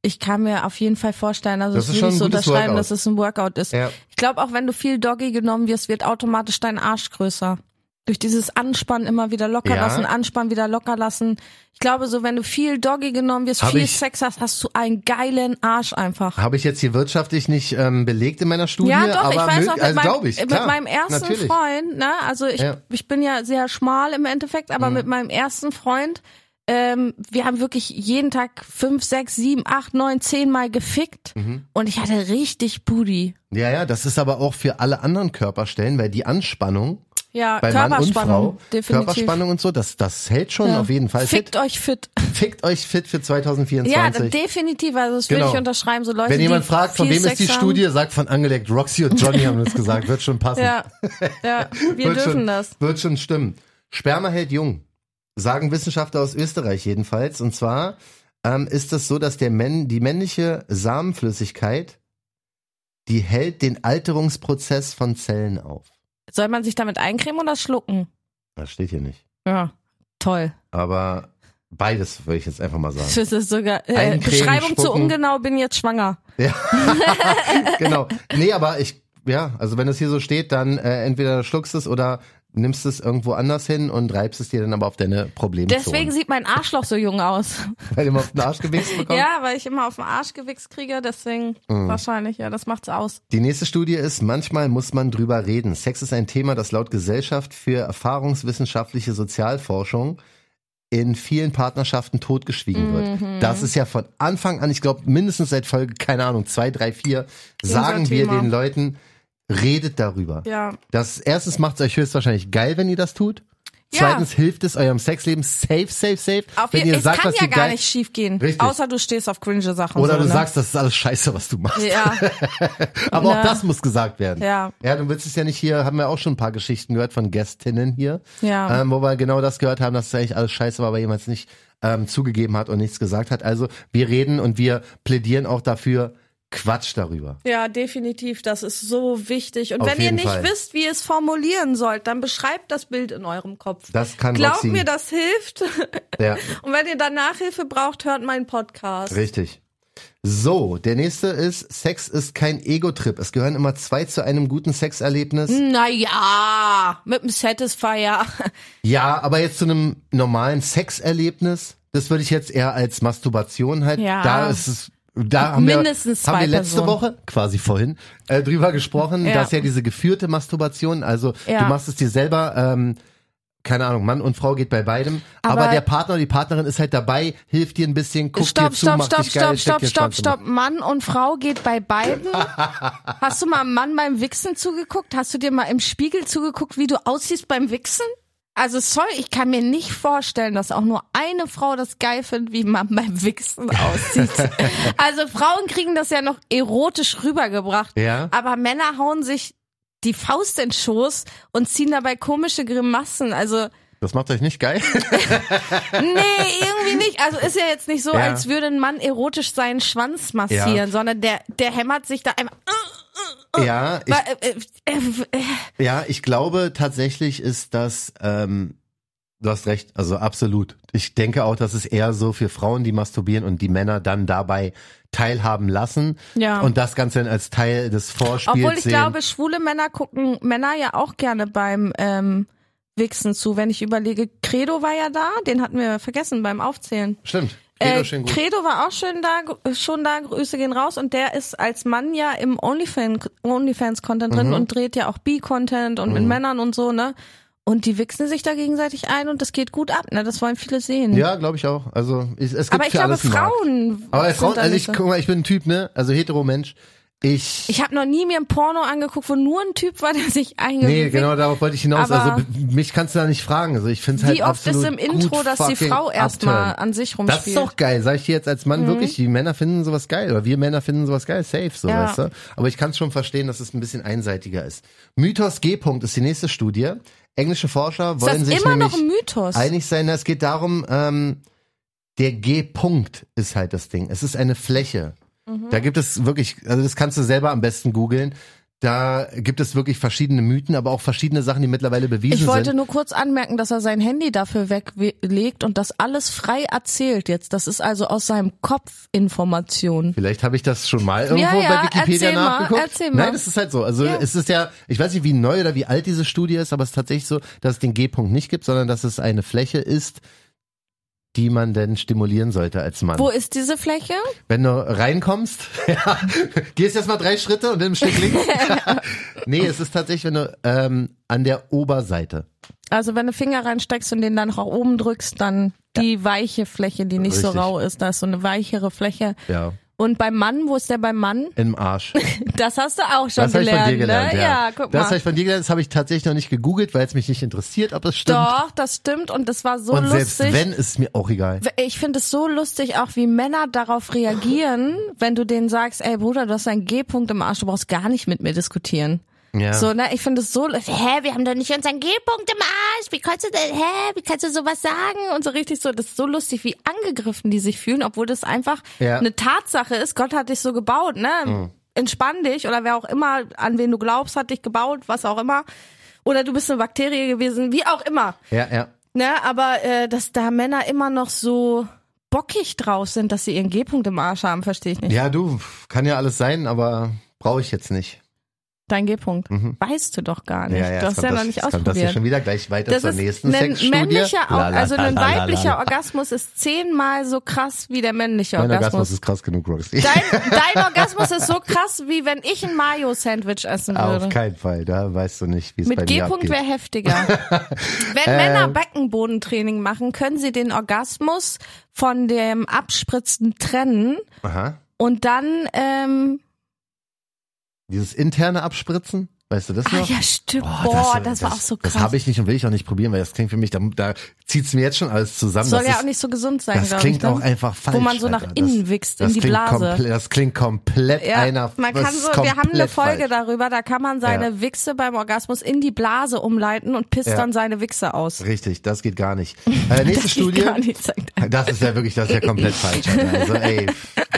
[SPEAKER 3] ich kann mir auf jeden Fall vorstellen, also
[SPEAKER 2] Mhm. Das
[SPEAKER 3] das
[SPEAKER 2] ist
[SPEAKER 3] ich
[SPEAKER 2] schon
[SPEAKER 3] würde
[SPEAKER 2] ein
[SPEAKER 3] so
[SPEAKER 2] gutes
[SPEAKER 3] unterschreiben,
[SPEAKER 2] Workout.
[SPEAKER 3] dass es ein Workout ist.
[SPEAKER 2] Ja.
[SPEAKER 3] Ich glaube, auch wenn du viel Doggy genommen wirst, wird automatisch dein Arsch größer. Durch dieses Anspannen immer wieder locker
[SPEAKER 2] Ja.
[SPEAKER 3] lassen, Anspannen wieder locker lassen. Ich glaube, so wenn du viel Doggy genommen wirst,
[SPEAKER 2] Hab
[SPEAKER 3] viel
[SPEAKER 2] ich-
[SPEAKER 3] Sex hast, hast du einen geilen Arsch einfach.
[SPEAKER 2] Habe ich jetzt hier wirtschaftlich nicht ähm, belegt in meiner Studie,
[SPEAKER 3] Ja, doch,
[SPEAKER 2] aber
[SPEAKER 3] ich weiß
[SPEAKER 2] mög-
[SPEAKER 3] noch, mit,
[SPEAKER 2] also
[SPEAKER 3] meinem,
[SPEAKER 2] glaube ich,
[SPEAKER 3] mit
[SPEAKER 2] klar,
[SPEAKER 3] meinem ersten
[SPEAKER 2] natürlich.
[SPEAKER 3] Freund, ne, also ich,
[SPEAKER 2] Ja. Mhm.
[SPEAKER 3] ich bin ja sehr schmal im Endeffekt, aber mit meinem ersten Freund, ähm, wir haben wirklich jeden Tag fünf, sechs, sieben, acht, neun, zehn Mal gefickt
[SPEAKER 2] Mhm.
[SPEAKER 3] und ich hatte richtig Booty.
[SPEAKER 2] Ja, ja, das ist aber auch für alle anderen Körperstellen, weil die Anspannung
[SPEAKER 3] Ja,
[SPEAKER 2] bei Mann und
[SPEAKER 3] Körperspannung,
[SPEAKER 2] Frau,
[SPEAKER 3] definitiv.
[SPEAKER 2] Körperspannung und so, das, das hält schon
[SPEAKER 3] Ja.
[SPEAKER 2] auf jeden Fall
[SPEAKER 3] Fickt
[SPEAKER 2] fit.
[SPEAKER 3] euch fit.
[SPEAKER 2] Fickt euch fit für
[SPEAKER 3] Ja, dann
[SPEAKER 2] 2024.
[SPEAKER 3] definitiv, also das würde
[SPEAKER 2] Genau.
[SPEAKER 3] ich unterschreiben, so Leute,
[SPEAKER 2] Wenn jemand
[SPEAKER 3] also die
[SPEAKER 2] fragt, von
[SPEAKER 3] viel
[SPEAKER 2] wem ist die
[SPEAKER 3] Sex haben.
[SPEAKER 2] Studie, sagt von angelegt. Roxy und Johnny haben das gesagt, wird schon passen.
[SPEAKER 3] Ja, ja, wir
[SPEAKER 2] wird
[SPEAKER 3] dürfen
[SPEAKER 2] schon,
[SPEAKER 3] das.
[SPEAKER 2] Wird schon stimmen. Sperma hält jung, sagen Wissenschaftler aus Österreich jedenfalls. Und zwar ähm, ist es so, dass der Männ, die männliche Samenflüssigkeit, die hält den Alterungsprozess von Zellen auf.
[SPEAKER 3] Soll man sich damit eincremen oder schlucken?
[SPEAKER 2] Das steht hier nicht.
[SPEAKER 3] Ja, toll.
[SPEAKER 2] Aber beides würde ich jetzt einfach mal sagen.
[SPEAKER 3] Das ist sogar äh,
[SPEAKER 2] Eincremen,
[SPEAKER 3] Beschreibung zu
[SPEAKER 2] spucken.
[SPEAKER 3] ungenau, bin jetzt schwanger.
[SPEAKER 2] genau. Nee, aber ich, ja, also wenn es hier so steht, dann äh, entweder schluckst es oder nimmst es irgendwo anders hin und reibst es dir dann aber auf deine Probleme.
[SPEAKER 3] Deswegen sieht mein Arschloch so jung aus.
[SPEAKER 2] weil du mal auf den Arsch gewichst bekommst.
[SPEAKER 3] ja, weil ich immer auf den Arsch gewichst kriege, deswegen
[SPEAKER 2] Mhm.
[SPEAKER 3] wahrscheinlich, ja, das macht's aus.
[SPEAKER 2] Die nächste Studie ist, manchmal muss man drüber reden. Sex ist ein Thema, das laut Gesellschaft für erfahrungswissenschaftliche Sozialforschung in vielen Partnerschaften totgeschwiegen
[SPEAKER 3] Mhm.
[SPEAKER 2] wird. Das ist ja von Anfang an, ich glaube mindestens seit Folge, keine Ahnung, zwei, drei, vier, sagen wir
[SPEAKER 3] Thema.
[SPEAKER 2] den Leuten, Redet darüber.
[SPEAKER 3] Ja.
[SPEAKER 2] Das erstens macht es euch höchstwahrscheinlich geil, wenn ihr das tut.
[SPEAKER 3] Ja.
[SPEAKER 2] Zweitens hilft es eurem Sexleben safe, safe, safe.
[SPEAKER 3] Auf
[SPEAKER 2] wenn
[SPEAKER 3] je-
[SPEAKER 2] ihr
[SPEAKER 3] es
[SPEAKER 2] sagt,
[SPEAKER 3] kann
[SPEAKER 2] was
[SPEAKER 3] ja
[SPEAKER 2] ihr
[SPEAKER 3] gar
[SPEAKER 2] geil,
[SPEAKER 3] nicht schief gehen.
[SPEAKER 2] Richtig.
[SPEAKER 3] Außer du stehst auf cringe Sachen.
[SPEAKER 2] Oder
[SPEAKER 3] so,
[SPEAKER 2] du
[SPEAKER 3] ne?
[SPEAKER 2] sagst, das ist alles scheiße, was du machst.
[SPEAKER 3] Ja,
[SPEAKER 2] Aber auch
[SPEAKER 3] Ja.
[SPEAKER 2] das muss gesagt werden.
[SPEAKER 3] Ja.
[SPEAKER 2] Ja, du willst es ja nicht hier, haben wir auch schon ein paar Geschichten gehört von Gästinnen hier.
[SPEAKER 3] Ja.
[SPEAKER 2] Ähm, wo wir genau das gehört haben, dass es eigentlich alles scheiße war, aber jemals nicht ähm, zugegeben hat und nichts gesagt hat. Also wir reden und wir plädieren auch dafür, Quatsch darüber.
[SPEAKER 3] ja, definitiv. Das ist so wichtig. Und
[SPEAKER 2] Auf
[SPEAKER 3] wenn ihr
[SPEAKER 2] jeden
[SPEAKER 3] nicht
[SPEAKER 2] Fall.
[SPEAKER 3] wisst, wie ihr es formulieren sollt, dann beschreibt das Bild in eurem Kopf.
[SPEAKER 2] Das kann
[SPEAKER 3] Glaubt
[SPEAKER 2] Roxy.
[SPEAKER 3] mir, das hilft.
[SPEAKER 2] Ja,
[SPEAKER 3] Und wenn ihr dann Nachhilfe braucht, hört meinen Podcast.
[SPEAKER 2] richtig. So, der nächste ist, Sex ist kein Ego-Trip. Es gehören immer zwei zu einem guten Sexerlebnis.
[SPEAKER 3] Naja, mit dem Satisfier.
[SPEAKER 2] Ja, aber jetzt zu einem normalen Sexerlebnis, das würde ich jetzt eher als Masturbation halt.
[SPEAKER 3] Ja.
[SPEAKER 2] Da ist es. Da haben
[SPEAKER 3] Mindestens
[SPEAKER 2] wir,
[SPEAKER 3] zwei
[SPEAKER 2] haben wir letzte
[SPEAKER 3] Personen.
[SPEAKER 2] Woche, quasi vorhin, äh, drüber gesprochen,
[SPEAKER 3] Ja.
[SPEAKER 2] dass ja diese geführte Masturbation, also
[SPEAKER 3] Ja.
[SPEAKER 2] du machst es dir selber, ähm, keine Ahnung, Mann und Frau geht bei beidem, aber,
[SPEAKER 3] Aber-
[SPEAKER 2] der Partner oder die Partnerin ist halt dabei, hilft dir ein bisschen, guckt
[SPEAKER 3] stopp,
[SPEAKER 2] dir zu,
[SPEAKER 3] stopp,
[SPEAKER 2] macht
[SPEAKER 3] stopp,
[SPEAKER 2] dich geil,
[SPEAKER 3] stopp,
[SPEAKER 2] steckt
[SPEAKER 3] stopp,
[SPEAKER 2] dir
[SPEAKER 3] stopp,
[SPEAKER 2] Schwanz in den
[SPEAKER 3] stopp. Mann und Frau geht bei beiden. Hast du mal einem Mann beim Wichsen zugeguckt? Hast du dir mal im Spiegel zugeguckt, wie du aussiehst beim Wichsen? Also sorry, ich kann mir nicht vorstellen, dass auch nur eine Frau das geil findet, wie man beim Wichsen aussieht. also Frauen kriegen das ja noch erotisch rübergebracht,
[SPEAKER 2] Ja.
[SPEAKER 3] aber Männer hauen sich die Faust in den Schoß und ziehen dabei komische Grimassen. Also
[SPEAKER 2] Das macht euch nicht geil?
[SPEAKER 3] Nee, irgendwie nicht. Also ist ja jetzt nicht so,
[SPEAKER 2] Ja.
[SPEAKER 3] als würde ein Mann erotisch seinen Schwanz massieren,
[SPEAKER 2] Ja.
[SPEAKER 3] sondern der, der hämmert sich da einfach.
[SPEAKER 2] ja, ich
[SPEAKER 3] Äh, äh, äh, äh,
[SPEAKER 2] Ja, ich glaube tatsächlich ist das, ähm, du hast recht, also absolut. Ich denke auch, das ist eher so für Frauen, die masturbieren und die Männer dann dabei teilhaben lassen
[SPEAKER 3] Ja.
[SPEAKER 2] und das Ganze dann als Teil des Vorspiels
[SPEAKER 3] obwohl ich
[SPEAKER 2] sehen.
[SPEAKER 3] glaube, schwule Männer gucken Männer ja auch gerne beim ähm, Wichsen zu. Wenn ich überlege, Credo war ja da, den hatten wir vergessen beim Aufzählen.
[SPEAKER 2] Stimmt.
[SPEAKER 3] Äh,
[SPEAKER 2] Credo, schön gut.
[SPEAKER 3] Credo war auch schön da, gr- schon da, Grüße gehen raus und der ist als Mann ja im Onlyfan- Onlyfans-Content
[SPEAKER 2] Mhm.
[SPEAKER 3] drin und dreht ja auch B-Content und mit Männern und so, ne? Und die wichsen sich da gegenseitig ein und das geht gut ab, ne? Das wollen viele sehen.
[SPEAKER 2] Ja, glaube ich auch. Also es, es gibt
[SPEAKER 3] Aber ich
[SPEAKER 2] für
[SPEAKER 3] glaube,
[SPEAKER 2] alles einen Markt.
[SPEAKER 3] Frauen.
[SPEAKER 2] Aber bei
[SPEAKER 3] sind
[SPEAKER 2] Frauen,
[SPEAKER 3] da
[SPEAKER 2] also
[SPEAKER 3] nicht
[SPEAKER 2] ich
[SPEAKER 3] so-
[SPEAKER 2] guck mal, ich bin ein Typ, ne? Also hetero Mensch. Ich
[SPEAKER 3] ich habe noch nie mir ein Porno angeguckt, wo nur ein Typ war, der sich
[SPEAKER 2] Nee,
[SPEAKER 3] eingewickelt
[SPEAKER 2] genau darauf wollte ich hinaus.
[SPEAKER 3] Aber-
[SPEAKER 2] also b- mich kannst du da nicht fragen. Also ich finde halt
[SPEAKER 3] Wie oft ist
[SPEAKER 2] absolut
[SPEAKER 3] im Intro,
[SPEAKER 2] gut
[SPEAKER 3] dass die
[SPEAKER 2] fucking
[SPEAKER 3] Frau erstmal
[SPEAKER 2] upturn.
[SPEAKER 3] an
[SPEAKER 2] Das
[SPEAKER 3] sich
[SPEAKER 2] ist
[SPEAKER 3] rumspielt? Mhm.
[SPEAKER 2] doch geil, sag ich dir jetzt als Mann wirklich, die Männer finden sowas geil oder wir Männer finden sowas geil, safe so,
[SPEAKER 3] Ja.
[SPEAKER 2] weißt du? Aber ich kann es schon verstehen, dass es ein bisschen einseitiger ist. Mythos G. Punkt ist die nächste Studie. Englische Forscher
[SPEAKER 3] Ist
[SPEAKER 2] wollen
[SPEAKER 3] das
[SPEAKER 2] sich
[SPEAKER 3] immer
[SPEAKER 2] nämlich
[SPEAKER 3] noch ein Mythos?
[SPEAKER 2] einig sein, es geht darum, ähm, der G-Punkt ist halt das Ding. Es ist eine Fläche.
[SPEAKER 3] Mhm.
[SPEAKER 2] Da gibt es wirklich, also das kannst du selber am besten googeln. Da gibt es wirklich verschiedene Mythen, aber auch verschiedene Sachen, die mittlerweile bewiesen
[SPEAKER 3] Ich wollte
[SPEAKER 2] sind.
[SPEAKER 3] nur kurz anmerken, dass er sein Handy dafür weglegt und das alles frei erzählt jetzt. Das ist also aus seinem Kopf Information.
[SPEAKER 2] Vielleicht habe ich das schon mal irgendwo
[SPEAKER 3] Ja, ja,
[SPEAKER 2] bei Wikipedia
[SPEAKER 3] erzähl mal,
[SPEAKER 2] nachgeguckt.
[SPEAKER 3] erzähl mal.
[SPEAKER 2] Nein, das ist halt so. Also
[SPEAKER 3] Ja.
[SPEAKER 2] es ist ja, ich weiß nicht, wie neu oder wie alt diese Studie ist, aber es ist tatsächlich so, dass es den G-Punkt nicht gibt, sondern dass es eine Fläche ist, die man denn stimulieren sollte als Mann.
[SPEAKER 3] Wo ist diese Fläche?
[SPEAKER 2] Wenn du reinkommst, ja, gehst erstmal drei Schritte und dann ein Stück links. nee, es ist tatsächlich, wenn du ähm, an der Oberseite.
[SPEAKER 3] Also wenn du Finger reinsteckst und den dann nach oben drückst, dann die weiche Fläche, die nicht so
[SPEAKER 2] Richtig.
[SPEAKER 3] rau ist. Da ist so eine weichere Fläche.
[SPEAKER 2] Ja.
[SPEAKER 3] Und beim Mann, wo ist der beim Mann?
[SPEAKER 2] Im Arsch.
[SPEAKER 3] Das hast du auch schon
[SPEAKER 2] das habe ich
[SPEAKER 3] gelernt,
[SPEAKER 2] von dir gelernt.
[SPEAKER 3] ne?
[SPEAKER 2] Ja,
[SPEAKER 3] guck
[SPEAKER 2] das
[SPEAKER 3] mal.
[SPEAKER 2] habe ich von dir gelernt. Das habe ich tatsächlich noch nicht gegoogelt, weil es mich nicht interessiert, ob es stimmt.
[SPEAKER 3] Doch, das stimmt und das war so
[SPEAKER 2] und
[SPEAKER 3] lustig.
[SPEAKER 2] selbst wenn, ist mir auch egal.
[SPEAKER 3] Ich finde es so lustig, auch wie Männer darauf reagieren, wenn du denen sagst, ey Bruder, du hast einen G-Punkt im Arsch, du brauchst gar nicht mit mir diskutieren.
[SPEAKER 2] Ja.
[SPEAKER 3] So, ne, ich finde es so, hä, wir haben doch nicht unseren G-Punkt im Arsch, wie kannst du denn, hä, wie kannst du sowas sagen? Und so richtig so, das ist so lustig, wie angegriffen die sich fühlen, obwohl das einfach
[SPEAKER 2] Ja. Mhm.
[SPEAKER 3] eine Tatsache ist, Gott hat dich so gebaut, ne? Entspann dich oder wer auch immer, an wen du glaubst, hat dich gebaut, was auch immer. Oder du bist eine Bakterie gewesen, wie auch immer.
[SPEAKER 2] ja, ja.
[SPEAKER 3] Ne, aber äh, dass da Männer immer noch so bockig drauf sind, dass sie ihren G-Punkt im Arsch haben, verstehe ich nicht.
[SPEAKER 2] Ja, du, kann ja alles sein, aber brauche ich jetzt nicht.
[SPEAKER 3] Dein G-Punkt. Weißt du doch gar nicht.
[SPEAKER 2] Mhm. Ja, ja, jetzt
[SPEAKER 3] du hast
[SPEAKER 2] kommt
[SPEAKER 3] ja noch
[SPEAKER 2] das,
[SPEAKER 3] nicht
[SPEAKER 2] jetzt kommt das hier
[SPEAKER 3] ausprobiert.
[SPEAKER 2] schon wieder gleich weiter
[SPEAKER 3] Das
[SPEAKER 2] zur
[SPEAKER 3] ist
[SPEAKER 2] nächsten
[SPEAKER 3] ein
[SPEAKER 2] Sexstudie.
[SPEAKER 3] männlicher, Or-
[SPEAKER 2] La, la,
[SPEAKER 3] also
[SPEAKER 2] la,
[SPEAKER 3] ein
[SPEAKER 2] la, la, la.
[SPEAKER 3] weiblicher Orgasmus ist zehnmal so krass wie der männliche
[SPEAKER 2] Mein Orgasmus
[SPEAKER 3] Orgasmus.
[SPEAKER 2] ist krass genug, Roxy.
[SPEAKER 3] Dein, dein Orgasmus ist so krass, wie wenn ich ein Mayo-Sandwich essen
[SPEAKER 2] Ah, Auf
[SPEAKER 3] würde.
[SPEAKER 2] keinen Fall, da weißt du nicht, wie es bei
[SPEAKER 3] Mit
[SPEAKER 2] mir Äh.
[SPEAKER 3] G-Punkt
[SPEAKER 2] abgeht.
[SPEAKER 3] wäre heftiger. Wenn Männer Beckenbodentraining machen, können sie den Orgasmus von dem Abspritzen trennen
[SPEAKER 2] Aha.
[SPEAKER 3] und dann ähm,
[SPEAKER 2] Dieses interne Abspritzen? Weißt du das
[SPEAKER 3] Ah
[SPEAKER 2] noch?
[SPEAKER 3] ja, stimmt.
[SPEAKER 2] Oh,
[SPEAKER 3] Boah,
[SPEAKER 2] äh,
[SPEAKER 3] das, war auch so krass.
[SPEAKER 2] Das habe ich nicht und will ich auch nicht probieren, weil das klingt für mich, da, da zieht's mir jetzt schon alles zusammen.
[SPEAKER 3] Soll
[SPEAKER 2] das
[SPEAKER 3] ja
[SPEAKER 2] ist,
[SPEAKER 3] auch nicht so gesund sein,
[SPEAKER 2] das
[SPEAKER 3] glaub
[SPEAKER 2] klingt
[SPEAKER 3] ich, ne?
[SPEAKER 2] auch einfach falsch.
[SPEAKER 3] Wo man so nach
[SPEAKER 2] Alter.
[SPEAKER 3] innen
[SPEAKER 2] das,
[SPEAKER 3] wächst,
[SPEAKER 2] das
[SPEAKER 3] in die
[SPEAKER 2] klingt
[SPEAKER 3] Blase.
[SPEAKER 2] komple- Das klingt komplett
[SPEAKER 3] Ja,
[SPEAKER 2] einer.
[SPEAKER 3] man
[SPEAKER 2] das
[SPEAKER 3] kann
[SPEAKER 2] ist
[SPEAKER 3] so, wir haben eine
[SPEAKER 2] komplett
[SPEAKER 3] Folge
[SPEAKER 2] falsch.
[SPEAKER 3] darüber, da kann man seine
[SPEAKER 2] Ja.
[SPEAKER 3] Wichse beim Orgasmus in die Blase umleiten und pisst
[SPEAKER 2] Ja.
[SPEAKER 3] dann seine Wichse aus.
[SPEAKER 2] Richtig, das geht gar nicht. Äh, nächste
[SPEAKER 3] Das geht
[SPEAKER 2] Studie.
[SPEAKER 3] gar nicht, sagt er.
[SPEAKER 2] Das ist ja wirklich, das ist ja komplett falsch. Alter. Also ey,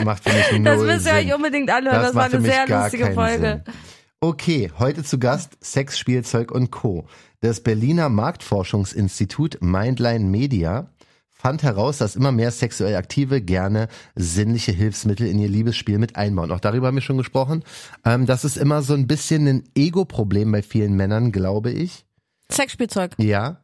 [SPEAKER 2] macht für mich null
[SPEAKER 3] Das müsst ihr
[SPEAKER 2] Sinn.
[SPEAKER 3] euch unbedingt anhören, das, war
[SPEAKER 2] macht für
[SPEAKER 3] eine
[SPEAKER 2] mich
[SPEAKER 3] sehr
[SPEAKER 2] gar
[SPEAKER 3] lustige
[SPEAKER 2] keinen
[SPEAKER 3] Folge.
[SPEAKER 2] Sinn. Okay, heute zu Gast Sex, Spielzeug und Co. Das Berliner Marktforschungsinstitut Mindline Media fand heraus, dass immer mehr sexuell Aktive gerne sinnliche Hilfsmittel in ihr Liebesspiel mit einbauen. Auch darüber haben wir schon gesprochen. Ähm, das ist immer so ein bisschen ein Ego-Problem bei vielen Männern, glaube ich.
[SPEAKER 3] Sexspielzeug.
[SPEAKER 2] Ja,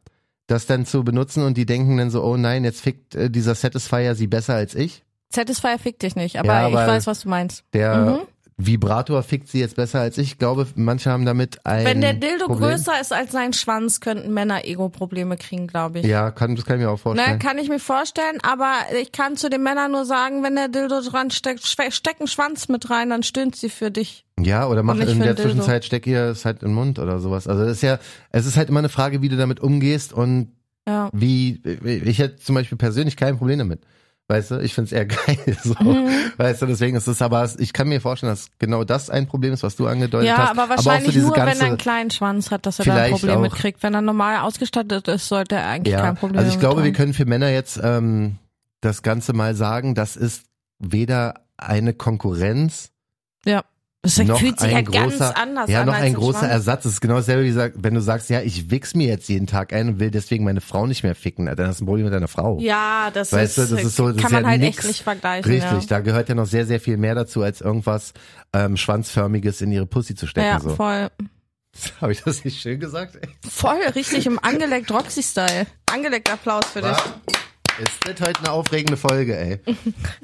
[SPEAKER 2] das dann zu benutzen und die denken dann so, oh nein, jetzt fickt äh, dieser Satisfier sie besser als ich.
[SPEAKER 3] Satisfier fickt dich nicht, aber,
[SPEAKER 2] Ja, aber-
[SPEAKER 3] ich weiß, was du meinst. Mhm.
[SPEAKER 2] Der Vibrator fickt sie jetzt besser als ich. Ich glaube, manche haben damit ein
[SPEAKER 3] Wenn der Dildo
[SPEAKER 2] Problem.
[SPEAKER 3] größer ist als sein Schwanz, könnten Männer Ego-Probleme kriegen, glaube ich.
[SPEAKER 2] Ja, kann, das kann ich mir auch
[SPEAKER 3] Ne,
[SPEAKER 2] vorstellen.
[SPEAKER 3] kann ich mir vorstellen, aber ich kann zu den Männern nur sagen, wenn der Dildo dran steckt, schwe- steck einen Schwanz mit rein, dann stöhnt sie für dich.
[SPEAKER 2] ja, oder mach
[SPEAKER 3] Und nicht
[SPEAKER 2] in
[SPEAKER 3] für
[SPEAKER 2] der
[SPEAKER 3] ein Dildo.
[SPEAKER 2] Zwischenzeit steck ihr es halt in den Mund oder sowas. Also das ist ja, es ist halt immer eine Frage, wie du damit umgehst und
[SPEAKER 3] Ja.
[SPEAKER 2] wie, ich hätte zum Beispiel persönlich kein Problem damit. Weißt du, ich find's eher geil. So.
[SPEAKER 3] Mhm.
[SPEAKER 2] Weißt du, deswegen ist es aber, ich kann mir vorstellen, dass genau das ein Problem ist, was du angedeutet
[SPEAKER 3] Ja,
[SPEAKER 2] hast.
[SPEAKER 3] aber
[SPEAKER 2] auch so
[SPEAKER 3] wahrscheinlich
[SPEAKER 2] dieses
[SPEAKER 3] nur,
[SPEAKER 2] ganze,
[SPEAKER 3] wenn er einen kleinen Schwanz hat, dass er da ein
[SPEAKER 2] Vielleicht
[SPEAKER 3] Problem
[SPEAKER 2] auch.
[SPEAKER 3] mitkriegt. Wenn er normal ausgestattet ist, sollte er eigentlich kein Problem
[SPEAKER 2] Also ich
[SPEAKER 3] mit
[SPEAKER 2] glaube, wir
[SPEAKER 3] haben.
[SPEAKER 2] können für Männer jetzt ähm, das Ganze mal sagen, das ist weder eine Konkurrenz
[SPEAKER 3] Ja. Das
[SPEAKER 2] noch
[SPEAKER 3] fühlt sich
[SPEAKER 2] ein
[SPEAKER 3] ja
[SPEAKER 2] großer,
[SPEAKER 3] ganz anders
[SPEAKER 2] ja
[SPEAKER 3] an.
[SPEAKER 2] noch
[SPEAKER 3] als
[SPEAKER 2] ein
[SPEAKER 3] ein
[SPEAKER 2] großer
[SPEAKER 3] Schwanz.
[SPEAKER 2] Ersatz. Es ist genau dasselbe, wie sag- wenn du sagst, ja, ich wichs mir jetzt jeden Tag ein und will deswegen meine Frau nicht mehr ficken. Dann hast du ein Problem mit deiner Frau.
[SPEAKER 3] Ja, das,
[SPEAKER 2] Weißt du,
[SPEAKER 3] ist,
[SPEAKER 2] das ist so, das
[SPEAKER 3] kann
[SPEAKER 2] ist
[SPEAKER 3] man
[SPEAKER 2] ja
[SPEAKER 3] halt
[SPEAKER 2] nix.
[SPEAKER 3] echt nicht vergleichen.
[SPEAKER 2] Richtig,
[SPEAKER 3] ja.
[SPEAKER 2] da gehört ja noch sehr, sehr viel mehr dazu, als irgendwas ähm, Schwanzförmiges in ihre Pussy zu stecken.
[SPEAKER 3] Ja,
[SPEAKER 2] so.
[SPEAKER 3] voll.
[SPEAKER 2] Habe ich das nicht schön gesagt? Ey,
[SPEAKER 3] Voll, richtig im angeleckt Roxy-Style. Angeleckt Applaus für dich.
[SPEAKER 2] wa? Es wird heute eine aufregende Folge, ey.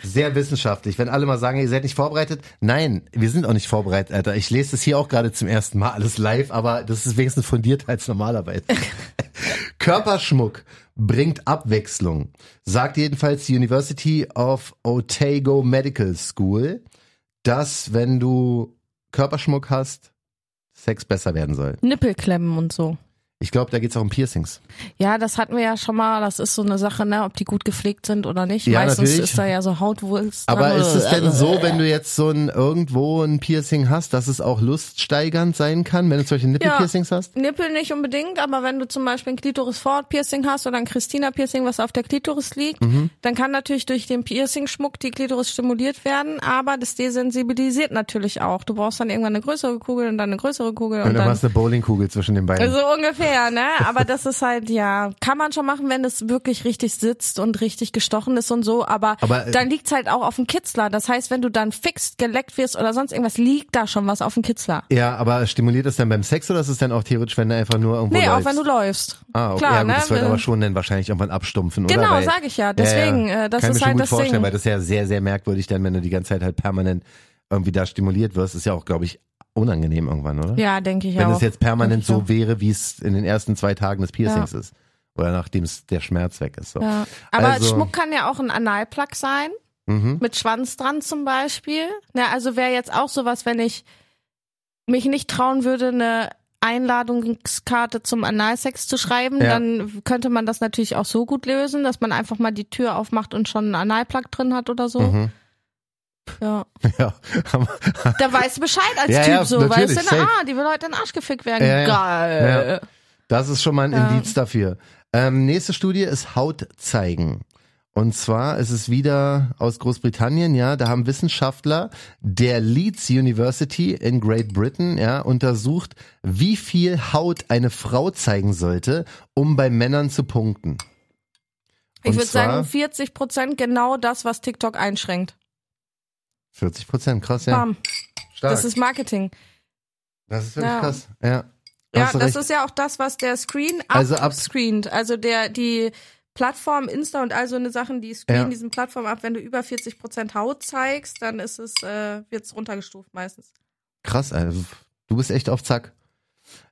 [SPEAKER 2] Sehr wissenschaftlich. Wenn alle mal sagen, ihr seid nicht vorbereitet. Nein, wir sind auch nicht vorbereitet, Alter. Ich lese das hier auch gerade zum ersten Mal alles live, aber das ist wenigstens fundiert als normalerweise. Körperschmuck bringt Abwechslung, sagt jedenfalls die University of Otago Medical School, dass wenn du Körperschmuck hast, Sex besser werden soll.
[SPEAKER 3] Nippelklemmen und so.
[SPEAKER 2] Ich glaube, da geht es auch um Piercings.
[SPEAKER 3] Ja, das hatten wir ja schon mal. Das ist so eine Sache, ne, ob die gut gepflegt sind oder nicht.
[SPEAKER 2] Ja,
[SPEAKER 3] Meistens
[SPEAKER 2] natürlich.
[SPEAKER 3] ist da ja so Also, Hautwulst.
[SPEAKER 2] Aber
[SPEAKER 3] dran
[SPEAKER 2] ist es
[SPEAKER 3] oder-
[SPEAKER 2] denn so, wenn du jetzt so ein irgendwo ein Piercing hast, dass es auch luststeigernd sein kann, wenn du solche Nippelpiercings hast?
[SPEAKER 3] Nippel nicht unbedingt, aber wenn du zum Beispiel ein Klitoris-Forward-Piercing hast oder ein Christina-Piercing, was auf der Klitoris liegt,
[SPEAKER 2] Mhm.
[SPEAKER 3] dann kann natürlich durch den Piercing-Schmuck die Klitoris stimuliert werden, aber das desensibilisiert natürlich auch. Du brauchst dann irgendwann eine größere Kugel und dann eine größere Kugel und,
[SPEAKER 2] Und dann
[SPEAKER 3] dann
[SPEAKER 2] hast du eine Bowlingkugel zwischen den Beinen.
[SPEAKER 3] so ungefähr, ne? Aber das ist halt, ja, kann man schon machen, wenn es wirklich richtig sitzt und richtig gestochen ist und so, aber,
[SPEAKER 2] Aber, äh,
[SPEAKER 3] dann liegt's halt auch auf dem Kitzler. Das heißt, wenn du dann fixt, geleckt wirst oder sonst irgendwas, liegt da schon was auf dem Kitzler.
[SPEAKER 2] ja, aber stimuliert das dann beim Sex oder ist es dann auch theoretisch, wenn du einfach nur irgendwo
[SPEAKER 3] Nee,
[SPEAKER 2] läufst?
[SPEAKER 3] auch wenn du läufst.
[SPEAKER 2] Ah, okay.
[SPEAKER 3] Klar,
[SPEAKER 2] ja, gut,
[SPEAKER 3] ne?
[SPEAKER 2] das wird
[SPEAKER 3] Wenn-
[SPEAKER 2] aber schon dann wahrscheinlich irgendwann abstumpfen, oder?
[SPEAKER 3] Genau,
[SPEAKER 2] Weil-
[SPEAKER 3] sag ich ja. Deswegen, äh, das
[SPEAKER 2] Kann
[SPEAKER 3] ist
[SPEAKER 2] ich mir schon
[SPEAKER 3] halt
[SPEAKER 2] gut
[SPEAKER 3] das
[SPEAKER 2] vorstellen,
[SPEAKER 3] Ding.
[SPEAKER 2] weil das ist ja sehr, sehr merkwürdig dann, wenn du die ganze Zeit halt permanent irgendwie da stimuliert wirst. Ist ja auch, glaube ich, unangenehm irgendwann, oder?
[SPEAKER 3] Ja, denke ich
[SPEAKER 2] wenn
[SPEAKER 3] auch.
[SPEAKER 2] es jetzt permanent
[SPEAKER 3] Denke ich
[SPEAKER 2] so wäre, wie es in den ersten zwei Tagen des Piercings ist. Oder nachdem es der Schmerz weg ist. So.
[SPEAKER 3] ja. Aber
[SPEAKER 2] Also-
[SPEAKER 3] Schmuck kann ja auch ein Analplug sein,
[SPEAKER 2] Mhm.
[SPEAKER 3] mit Schwanz dran zum Beispiel. Na, also wäre jetzt auch sowas, wenn ich mich nicht trauen würde, eine Einladungskarte zum Analsex zu schreiben,
[SPEAKER 2] Ja.
[SPEAKER 3] dann könnte man das natürlich auch so gut lösen, dass man einfach mal die Tür aufmacht und schon einen Analplug drin hat oder so.
[SPEAKER 2] Mhm.
[SPEAKER 3] Ja.
[SPEAKER 2] Ja, aber,
[SPEAKER 3] Da weißt du Bescheid als
[SPEAKER 2] Ja,
[SPEAKER 3] Typ
[SPEAKER 2] ja,
[SPEAKER 3] so, weißt du,
[SPEAKER 2] natürlich,
[SPEAKER 3] na,
[SPEAKER 2] safe.
[SPEAKER 3] ah, die will heute in den Arsch gefickt werden.
[SPEAKER 2] Ja, ja.
[SPEAKER 3] Geil.
[SPEAKER 2] Ja. das ist schon mal ein
[SPEAKER 3] Ja.
[SPEAKER 2] Indiz dafür. Ähm, nächste Studie ist Haut zeigen. Und zwar ist es wieder aus Großbritannien, ja, da haben Wissenschaftler der Leeds University in Great Britain, ja, untersucht, wie viel Haut eine Frau zeigen sollte, um bei Männern zu punkten.
[SPEAKER 3] Ich
[SPEAKER 2] Und
[SPEAKER 3] würde
[SPEAKER 2] zwar-
[SPEAKER 3] sagen, 40 Prozent genau das, was TikTok einschränkt.
[SPEAKER 2] 40 Prozent, krass, ja.
[SPEAKER 3] Bam.
[SPEAKER 2] Stark.
[SPEAKER 3] Das ist Marketing.
[SPEAKER 2] Das ist wirklich
[SPEAKER 3] Ja.
[SPEAKER 2] krass. Ja.
[SPEAKER 3] Ja,
[SPEAKER 2] Hast du
[SPEAKER 3] das
[SPEAKER 2] recht.
[SPEAKER 3] ist ja auch das, was der Screen
[SPEAKER 2] Also ab-
[SPEAKER 3] abscreent. Also der, die Plattform Insta und all so eine Sachen, die screen
[SPEAKER 2] Ja.
[SPEAKER 3] diesen Plattform ab. Wenn du über 40 Prozent Haut zeigst, dann ist es, äh, wird's runtergestuft meistens.
[SPEAKER 2] Krass, also du bist echt auf Zack.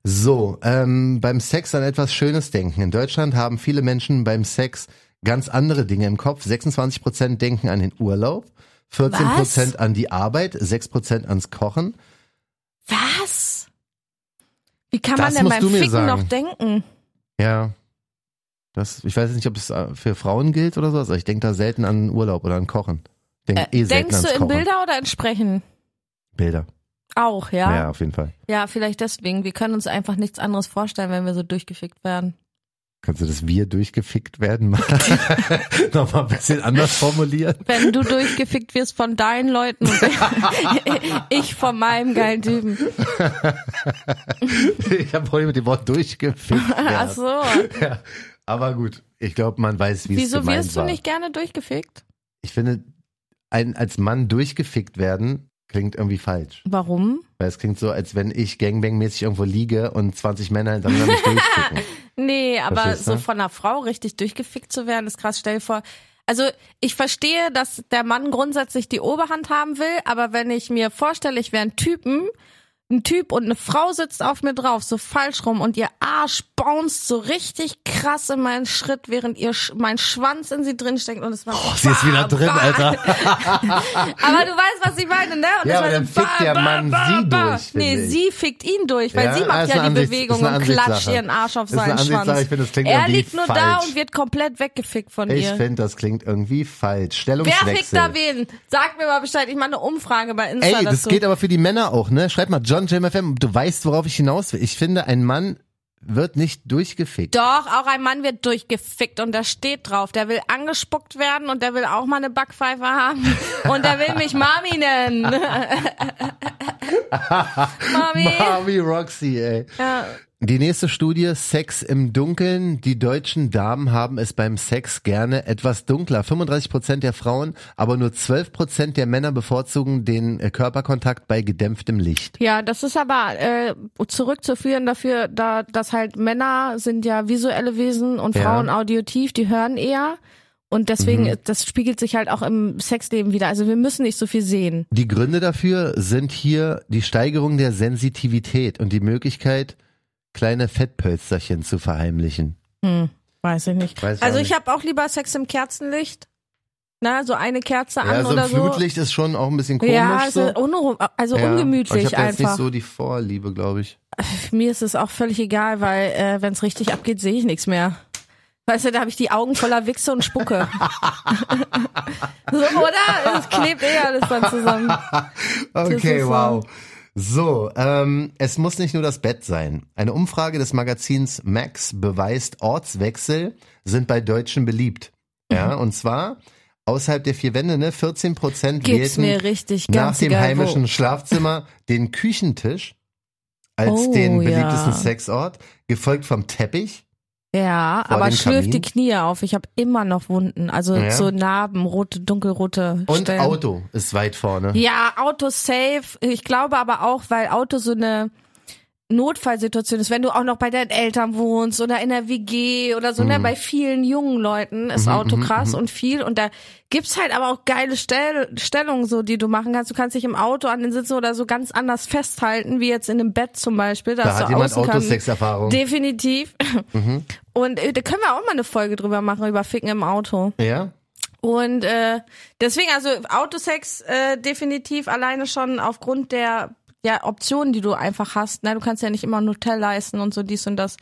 [SPEAKER 2] So, ähm, beim Sex an etwas Schönes denken. In Deutschland haben viele Menschen beim Sex ganz andere Dinge im Kopf. 26% denken an den Urlaub, 14% an die Arbeit, 6% ans Kochen.
[SPEAKER 3] Was? Wie kann man
[SPEAKER 2] Das
[SPEAKER 3] denn
[SPEAKER 2] musst
[SPEAKER 3] beim
[SPEAKER 2] du mir
[SPEAKER 3] Ficken
[SPEAKER 2] sagen.
[SPEAKER 3] noch denken?
[SPEAKER 2] Ja. Das, ich weiß nicht, ob es äh, für Frauen gilt oder sowas, aber ich denke da selten an Urlaub oder an Kochen. Denk eh selten
[SPEAKER 3] Äh, Denkst
[SPEAKER 2] ans
[SPEAKER 3] du in
[SPEAKER 2] Kochen.
[SPEAKER 3] Bilder oder in Sprechen?
[SPEAKER 2] Bilder.
[SPEAKER 3] Auch,
[SPEAKER 2] Ja.
[SPEAKER 3] ja? ja?
[SPEAKER 2] auf jeden Fall.
[SPEAKER 3] vielleicht deswegen. Wir können uns einfach nichts anderes vorstellen, wenn wir so durchgefickt werden.
[SPEAKER 2] Kannst du das Wir durchgefickt werden mal nochmal ein bisschen anders formulieren?
[SPEAKER 3] Wenn du durchgefickt wirst von deinen Leuten und ich von meinem geilen Typen.
[SPEAKER 2] Ich habe heute mit dem Wort durchgefickt.
[SPEAKER 3] Ach
[SPEAKER 2] Ja.
[SPEAKER 3] so.
[SPEAKER 2] Ja. Aber gut, ich glaube, man weiß, wie es
[SPEAKER 3] Wieso
[SPEAKER 2] gemeint
[SPEAKER 3] wirst du
[SPEAKER 2] war.
[SPEAKER 3] nicht gerne durchgefickt?
[SPEAKER 2] Ich finde, ein, als Mann durchgefickt werden klingt irgendwie falsch.
[SPEAKER 3] Warum?
[SPEAKER 2] Weil es klingt so, als wenn ich gangbang-mäßig irgendwo liege und 20 Männer hintereinander mich durchficken.
[SPEAKER 3] Nee, aber
[SPEAKER 2] Verstehst du?
[SPEAKER 3] so von einer Frau richtig durchgefickt zu werden, ist krass. Stell dir vor, also ich verstehe, dass der Mann grundsätzlich die Oberhand haben will, aber wenn ich mir vorstelle, ich wäre ein Typen, ein Typ und eine Frau sitzt auf mir drauf, so falsch rum und ihr Arsch bounzt so richtig krass in meinen Schritt, während ihr Sch mein Schwanz in sie drinsteckt und es war
[SPEAKER 2] Oh, sie ist wieder drin, Alter.
[SPEAKER 3] Aber du weißt, was ich meine, ne? Und
[SPEAKER 2] Ja,
[SPEAKER 3] es
[SPEAKER 2] aber
[SPEAKER 3] war
[SPEAKER 2] dann
[SPEAKER 3] so,
[SPEAKER 2] fickt der Mann sie durch, finde
[SPEAKER 3] Nee,
[SPEAKER 2] ich.
[SPEAKER 3] sie fickt ihn durch, weil
[SPEAKER 2] Ja,
[SPEAKER 3] sie macht
[SPEAKER 2] ist eine
[SPEAKER 3] ja die
[SPEAKER 2] Ansichts-
[SPEAKER 3] Bewegung
[SPEAKER 2] ist eine
[SPEAKER 3] und klatscht
[SPEAKER 2] Ansichtssache.
[SPEAKER 3] ihren Arsch auf
[SPEAKER 2] Ist eine
[SPEAKER 3] seinen
[SPEAKER 2] Ansichtssache,
[SPEAKER 3] Schwanz.
[SPEAKER 2] ich finde, das klingt
[SPEAKER 3] er
[SPEAKER 2] irgendwie
[SPEAKER 3] liegt nur da
[SPEAKER 2] falsch.
[SPEAKER 3] und wird komplett weggefickt von
[SPEAKER 2] Ich
[SPEAKER 3] ihr.
[SPEAKER 2] finde, das klingt irgendwie falsch. Stellungswechsel.
[SPEAKER 3] Wer fickt da wen? Sag mir mal Bescheid. Ich mache eine Umfrage bei Insta
[SPEAKER 2] Ey, das
[SPEAKER 3] dazu.
[SPEAKER 2] geht aber für die Männer auch, ne? Schreib mal John JMFM, ob du weißt, worauf ich hinaus will. Ich finde, ein Mann wird nicht durchgefickt.
[SPEAKER 3] Doch, auch ein Mann wird durchgefickt und da steht drauf, der will angespuckt werden und der will auch mal eine Backpfeife haben und der will mich Mami nennen. Mami.
[SPEAKER 2] Harvey Roxy, ey.
[SPEAKER 3] Ja.
[SPEAKER 2] Die nächste Studie, Sex im Dunkeln. Die deutschen Damen haben es beim Sex gerne etwas dunkler. 35 Prozent der Frauen, aber nur 12 Prozent der Männer bevorzugen den äh, Körperkontakt bei gedämpftem Licht.
[SPEAKER 3] Ja, das ist aber äh, zurückzuführen dafür, da, dass halt Männer sind ja visuelle Wesen und
[SPEAKER 2] Ja. Mhm.
[SPEAKER 3] Frauen audiotiv, die hören eher. Und deswegen, das spiegelt sich halt auch im Sexleben wieder. Also wir müssen nicht so viel sehen.
[SPEAKER 2] Die Gründe dafür sind hier die Steigerung der Sensitivität und die Möglichkeit, kleine Fettpölsterchen zu verheimlichen.
[SPEAKER 3] Weiß ich nicht.
[SPEAKER 2] Weiß ich
[SPEAKER 3] also
[SPEAKER 2] auch
[SPEAKER 3] ich habe auch lieber Sex im Kerzenlicht. Na, so eine Kerze
[SPEAKER 2] ja,
[SPEAKER 3] an
[SPEAKER 2] so
[SPEAKER 3] oder
[SPEAKER 2] ein Flutlicht ist schon auch ein bisschen komisch.
[SPEAKER 3] ja, also,
[SPEAKER 2] so.
[SPEAKER 3] unru- also
[SPEAKER 2] Ja, aber
[SPEAKER 3] ungemütlich
[SPEAKER 2] Ich habe jetzt nicht
[SPEAKER 3] einfach.
[SPEAKER 2] so die Vorliebe, glaube ich.
[SPEAKER 3] Mir ist es auch völlig egal, weil äh, wenn es richtig abgeht, sehe ich nichts mehr. Weißt du, da habe ich die Augen voller Wichse und Spucke. so, oder? Es klebt eh alles dann zusammen.
[SPEAKER 2] Okay,
[SPEAKER 3] ist so.
[SPEAKER 2] wow. So, ähm, es muss nicht nur das Bett sein. Eine Umfrage des Magazins Max beweist, Ortswechsel sind bei Deutschen beliebt.
[SPEAKER 3] Mhm.
[SPEAKER 2] Ja, und zwar außerhalb der vier Wände, ne? 14 Prozent
[SPEAKER 3] Geht's
[SPEAKER 2] wählten
[SPEAKER 3] mir richtig
[SPEAKER 2] nach
[SPEAKER 3] ganz
[SPEAKER 2] dem
[SPEAKER 3] egal
[SPEAKER 2] heimischen
[SPEAKER 3] wo.
[SPEAKER 2] Schlafzimmer den Küchentisch als
[SPEAKER 3] Oh,
[SPEAKER 2] den
[SPEAKER 3] ja.
[SPEAKER 2] beliebtesten Sexort, gefolgt vom Teppich.
[SPEAKER 3] Ja,
[SPEAKER 2] Vor
[SPEAKER 3] aber
[SPEAKER 2] dem
[SPEAKER 3] schlürf die
[SPEAKER 2] Kamin.
[SPEAKER 3] Knie auf. Ich habe immer noch Wunden, also
[SPEAKER 2] Ja.
[SPEAKER 3] so Narben, rote, dunkelrote
[SPEAKER 2] Und
[SPEAKER 3] Stellen.
[SPEAKER 2] Auto ist weit vorne.
[SPEAKER 3] Ja, Auto safe. Ich glaube aber auch, weil Auto so eine Notfallsituation ist, wenn du auch noch bei deinen Eltern wohnst oder in der WG oder so,
[SPEAKER 2] Mhm.
[SPEAKER 3] ne, bei vielen jungen Leuten ist Auto krass und viel und da gibt's halt aber auch geile Stell Stellungen so, die du machen kannst. Du kannst dich im Auto an den Sitzen oder so ganz anders festhalten, wie jetzt in einem Bett zum Beispiel.
[SPEAKER 2] Da
[SPEAKER 3] hast
[SPEAKER 2] hat
[SPEAKER 3] du
[SPEAKER 2] jemand
[SPEAKER 3] Außenkanten.
[SPEAKER 2] Autosexerfahrung. Mhm.
[SPEAKER 3] Definitiv. Und äh, da können wir auch mal eine Folge drüber machen, über Ficken im Auto.
[SPEAKER 2] Ja?
[SPEAKER 3] Und äh, deswegen, also Autosex äh, definitiv alleine schon aufgrund der ja, Optionen, die du einfach hast. Na, du kannst ja nicht immer ein Hotel leisten und so dies und das,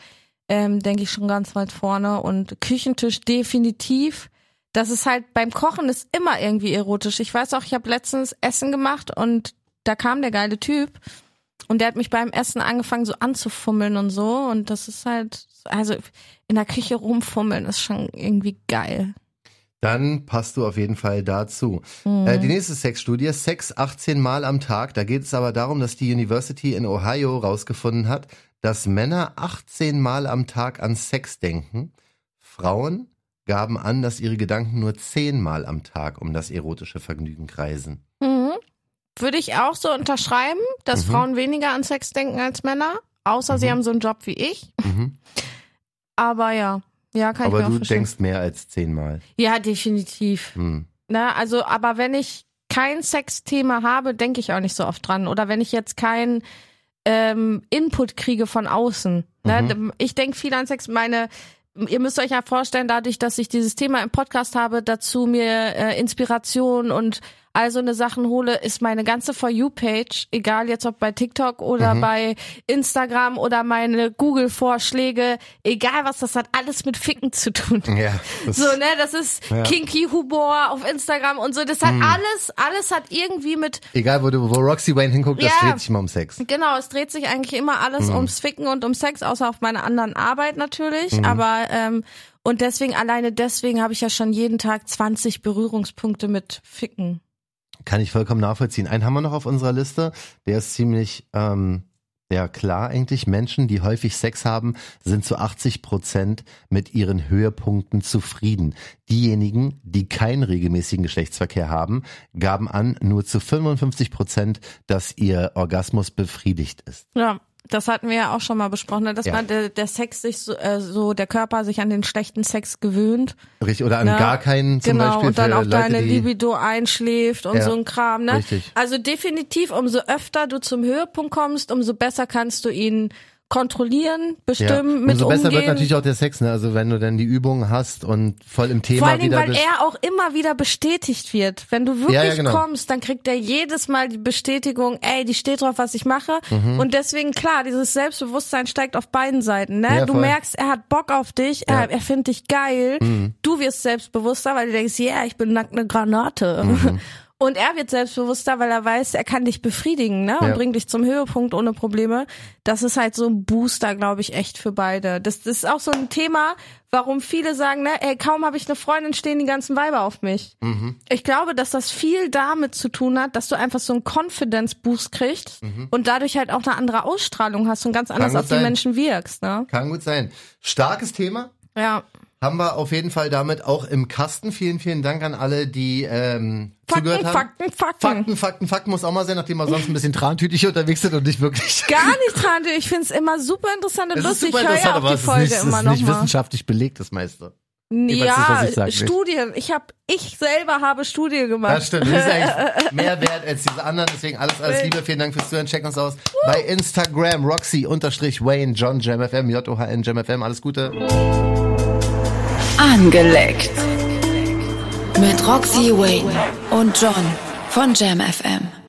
[SPEAKER 3] ähm, denke ich schon ganz weit vorne. Und Küchentisch definitiv. Das ist halt beim Kochen ist immer irgendwie erotisch. Ich weiß auch, ich habe letztens Essen gemacht und da kam der geile Typ und der hat mich beim Essen angefangen so anzufummeln und so. Und das ist halt, also in der Küche rumfummeln ist schon irgendwie geil.
[SPEAKER 2] Dann passt du auf jeden Fall dazu.
[SPEAKER 3] Mhm.
[SPEAKER 2] Äh, die nächste Sexstudie, Sex 18 Mal am Tag. Da geht es aber darum, dass die University in Ohio rausgefunden hat, dass Männer 18 Mal am Tag an Sex denken. Frauen gaben an, dass ihre Gedanken nur 10 Mal am Tag um das erotische Vergnügen kreisen.
[SPEAKER 3] Mhm. Würde ich auch so unterschreiben, dass
[SPEAKER 2] Mhm.
[SPEAKER 3] Frauen weniger an Sex denken als Männer, außer sie
[SPEAKER 2] Mhm.
[SPEAKER 3] haben so einen Job wie ich.
[SPEAKER 2] Mhm.
[SPEAKER 3] Aber ja, ja, kann
[SPEAKER 2] Aber
[SPEAKER 3] ich mir
[SPEAKER 2] du
[SPEAKER 3] auch verstehen.
[SPEAKER 2] denkst mehr als 10 Mal.
[SPEAKER 3] Ja, definitiv.
[SPEAKER 2] Hm.
[SPEAKER 3] Ne, also, aber wenn ich kein Sexthema habe, denke ich auch nicht so oft dran. Oder wenn ich jetzt keinen ähm, Input kriege von außen. Ne? Ich denke viel an Sex. Meine, ihr müsst euch ja vorstellen, dadurch, dass ich dieses Thema im Podcast habe, dazu mir äh, Inspiration und all so eine Sachen hole, ist meine ganze For You-Page, egal jetzt ob bei TikTok oder bei Instagram oder meine Google-Vorschläge, egal was, das hat alles mit Ficken zu tun.
[SPEAKER 2] Ja, das-
[SPEAKER 3] So, ne, das ist Kinky Humor auf Instagram und so. Das hat alles, alles hat irgendwie mit,
[SPEAKER 2] Egal, wo, du, wo Roxy Wayne hinguckt, das
[SPEAKER 3] Ja.
[SPEAKER 2] dreht sich mal um Sex.
[SPEAKER 3] genau, es dreht sich eigentlich immer alles ums Ficken und um Sex, außer auf meiner anderen Arbeit natürlich. Aber, ähm, und deswegen, alleine deswegen habe ich ja schon jeden Tag 20 Berührungspunkte mit Ficken.
[SPEAKER 2] Kann ich vollkommen nachvollziehen. Einen haben wir noch auf unserer Liste, der ist ziemlich ähm, ja, klar eigentlich. Menschen, die häufig Sex haben, sind zu 80 Prozent mit ihren Höhepunkten zufrieden. Diejenigen, die keinen regelmäßigen Geschlechtsverkehr haben, gaben an, nur zu 55 Prozent, dass ihr Orgasmus befriedigt ist.
[SPEAKER 3] Ja, das hatten wir ja auch schon mal besprochen, ne? dass
[SPEAKER 2] Ja.
[SPEAKER 3] man der, der Sex sich so, äh, so, der Körper sich an den schlechten Sex gewöhnt.
[SPEAKER 2] Richtig, oder an
[SPEAKER 3] Ja,
[SPEAKER 2] gar keinen zum
[SPEAKER 3] genau,
[SPEAKER 2] Beispiel
[SPEAKER 3] und dann
[SPEAKER 2] für
[SPEAKER 3] auch
[SPEAKER 2] Leute,
[SPEAKER 3] deine
[SPEAKER 2] die,
[SPEAKER 3] Libido einschläft und
[SPEAKER 2] Ja,
[SPEAKER 3] so ein Kram. Ne?
[SPEAKER 2] richtig.
[SPEAKER 3] Also definitiv, umso öfter du zum Höhepunkt kommst, umso besser kannst du ihn kontrollieren,
[SPEAKER 2] Ja.
[SPEAKER 3] bestimmen, mit
[SPEAKER 2] Umso besser
[SPEAKER 3] umgehen.
[SPEAKER 2] wird natürlich auch der Sex, ne? Also wenn du dann die Übungen hast und voll im Thema
[SPEAKER 3] vor allen Dingen,
[SPEAKER 2] wieder
[SPEAKER 3] weil
[SPEAKER 2] bist.
[SPEAKER 3] er auch immer wieder bestätigt wird. Wenn du wirklich
[SPEAKER 2] Ja, ja, genau.
[SPEAKER 3] kommst, dann kriegt er jedes Mal die Bestätigung, ey, die steht drauf, was ich mache.
[SPEAKER 2] Mhm.
[SPEAKER 3] Und deswegen, klar, dieses Selbstbewusstsein steigt auf beiden Seiten. Ne?
[SPEAKER 2] Ja,
[SPEAKER 3] du
[SPEAKER 2] voll.
[SPEAKER 3] merkst, er hat Bock auf dich, er, er findet dich geil.
[SPEAKER 2] Mhm.
[SPEAKER 3] Du wirst selbstbewusster, weil du denkst, ja, yeah, ich bin nackt eine Granate.
[SPEAKER 2] Mhm.
[SPEAKER 3] Und er wird selbstbewusster, weil er weiß, er kann dich befriedigen ne? und
[SPEAKER 2] Ja.
[SPEAKER 3] bringt dich zum Höhepunkt ohne Probleme. Das ist halt so ein Booster, glaube ich, echt für beide. Das, das ist auch so ein Thema, warum viele sagen, ne, ey, kaum habe ich eine Freundin, stehen die ganzen Weiber auf mich. Ich glaube, dass das viel damit zu tun hat, dass du einfach so einen Confidence-Boost kriegst und dadurch halt auch eine andere Ausstrahlung hast und ganz anders
[SPEAKER 2] Mhm. gut
[SPEAKER 3] auf die
[SPEAKER 2] sein.
[SPEAKER 3] Menschen wirkst. Ne?
[SPEAKER 2] Kann gut sein. Starkes Thema.
[SPEAKER 3] Ja.
[SPEAKER 2] Haben wir auf jeden Fall damit auch im Kasten. Vielen, vielen Dank an alle, die ähm,
[SPEAKER 3] Fakten,
[SPEAKER 2] zugehört haben.
[SPEAKER 3] Fakten, Fakten.
[SPEAKER 2] Fakten, Fakten, Fakten muss auch mal sein, nachdem wir sonst ein bisschen trantütig unterwegs sind und nicht wirklich.
[SPEAKER 3] Gar nicht, Tante. Ich find's immer super interessant und
[SPEAKER 2] Es
[SPEAKER 3] lustig.
[SPEAKER 2] ist super
[SPEAKER 3] ich höre
[SPEAKER 2] interessant,
[SPEAKER 3] ja auch
[SPEAKER 2] aber
[SPEAKER 3] die
[SPEAKER 2] es ist nicht,
[SPEAKER 3] Folge
[SPEAKER 2] es
[SPEAKER 3] immer
[SPEAKER 2] ist
[SPEAKER 3] noch
[SPEAKER 2] nicht
[SPEAKER 3] mal.
[SPEAKER 2] wissenschaftlich belegt, das meiste. weiß nicht, was
[SPEAKER 3] Ja,
[SPEAKER 2] ich sag, nicht.
[SPEAKER 3] Studien. Ich habe, ich selber habe Studien gemacht.
[SPEAKER 2] Das stimmt. Das ist eigentlich mehr wert als diese anderen. Deswegen alles, alles Liebe. Vielen Dank fürs Zuhören. Check uns aus bei Instagram. Roxy unterstrich Wayne John JamFM. J-O-H-N JamFM. Alles Gute.
[SPEAKER 1] Angeleckt. Mit Roxy Wayne und John von Jam FM.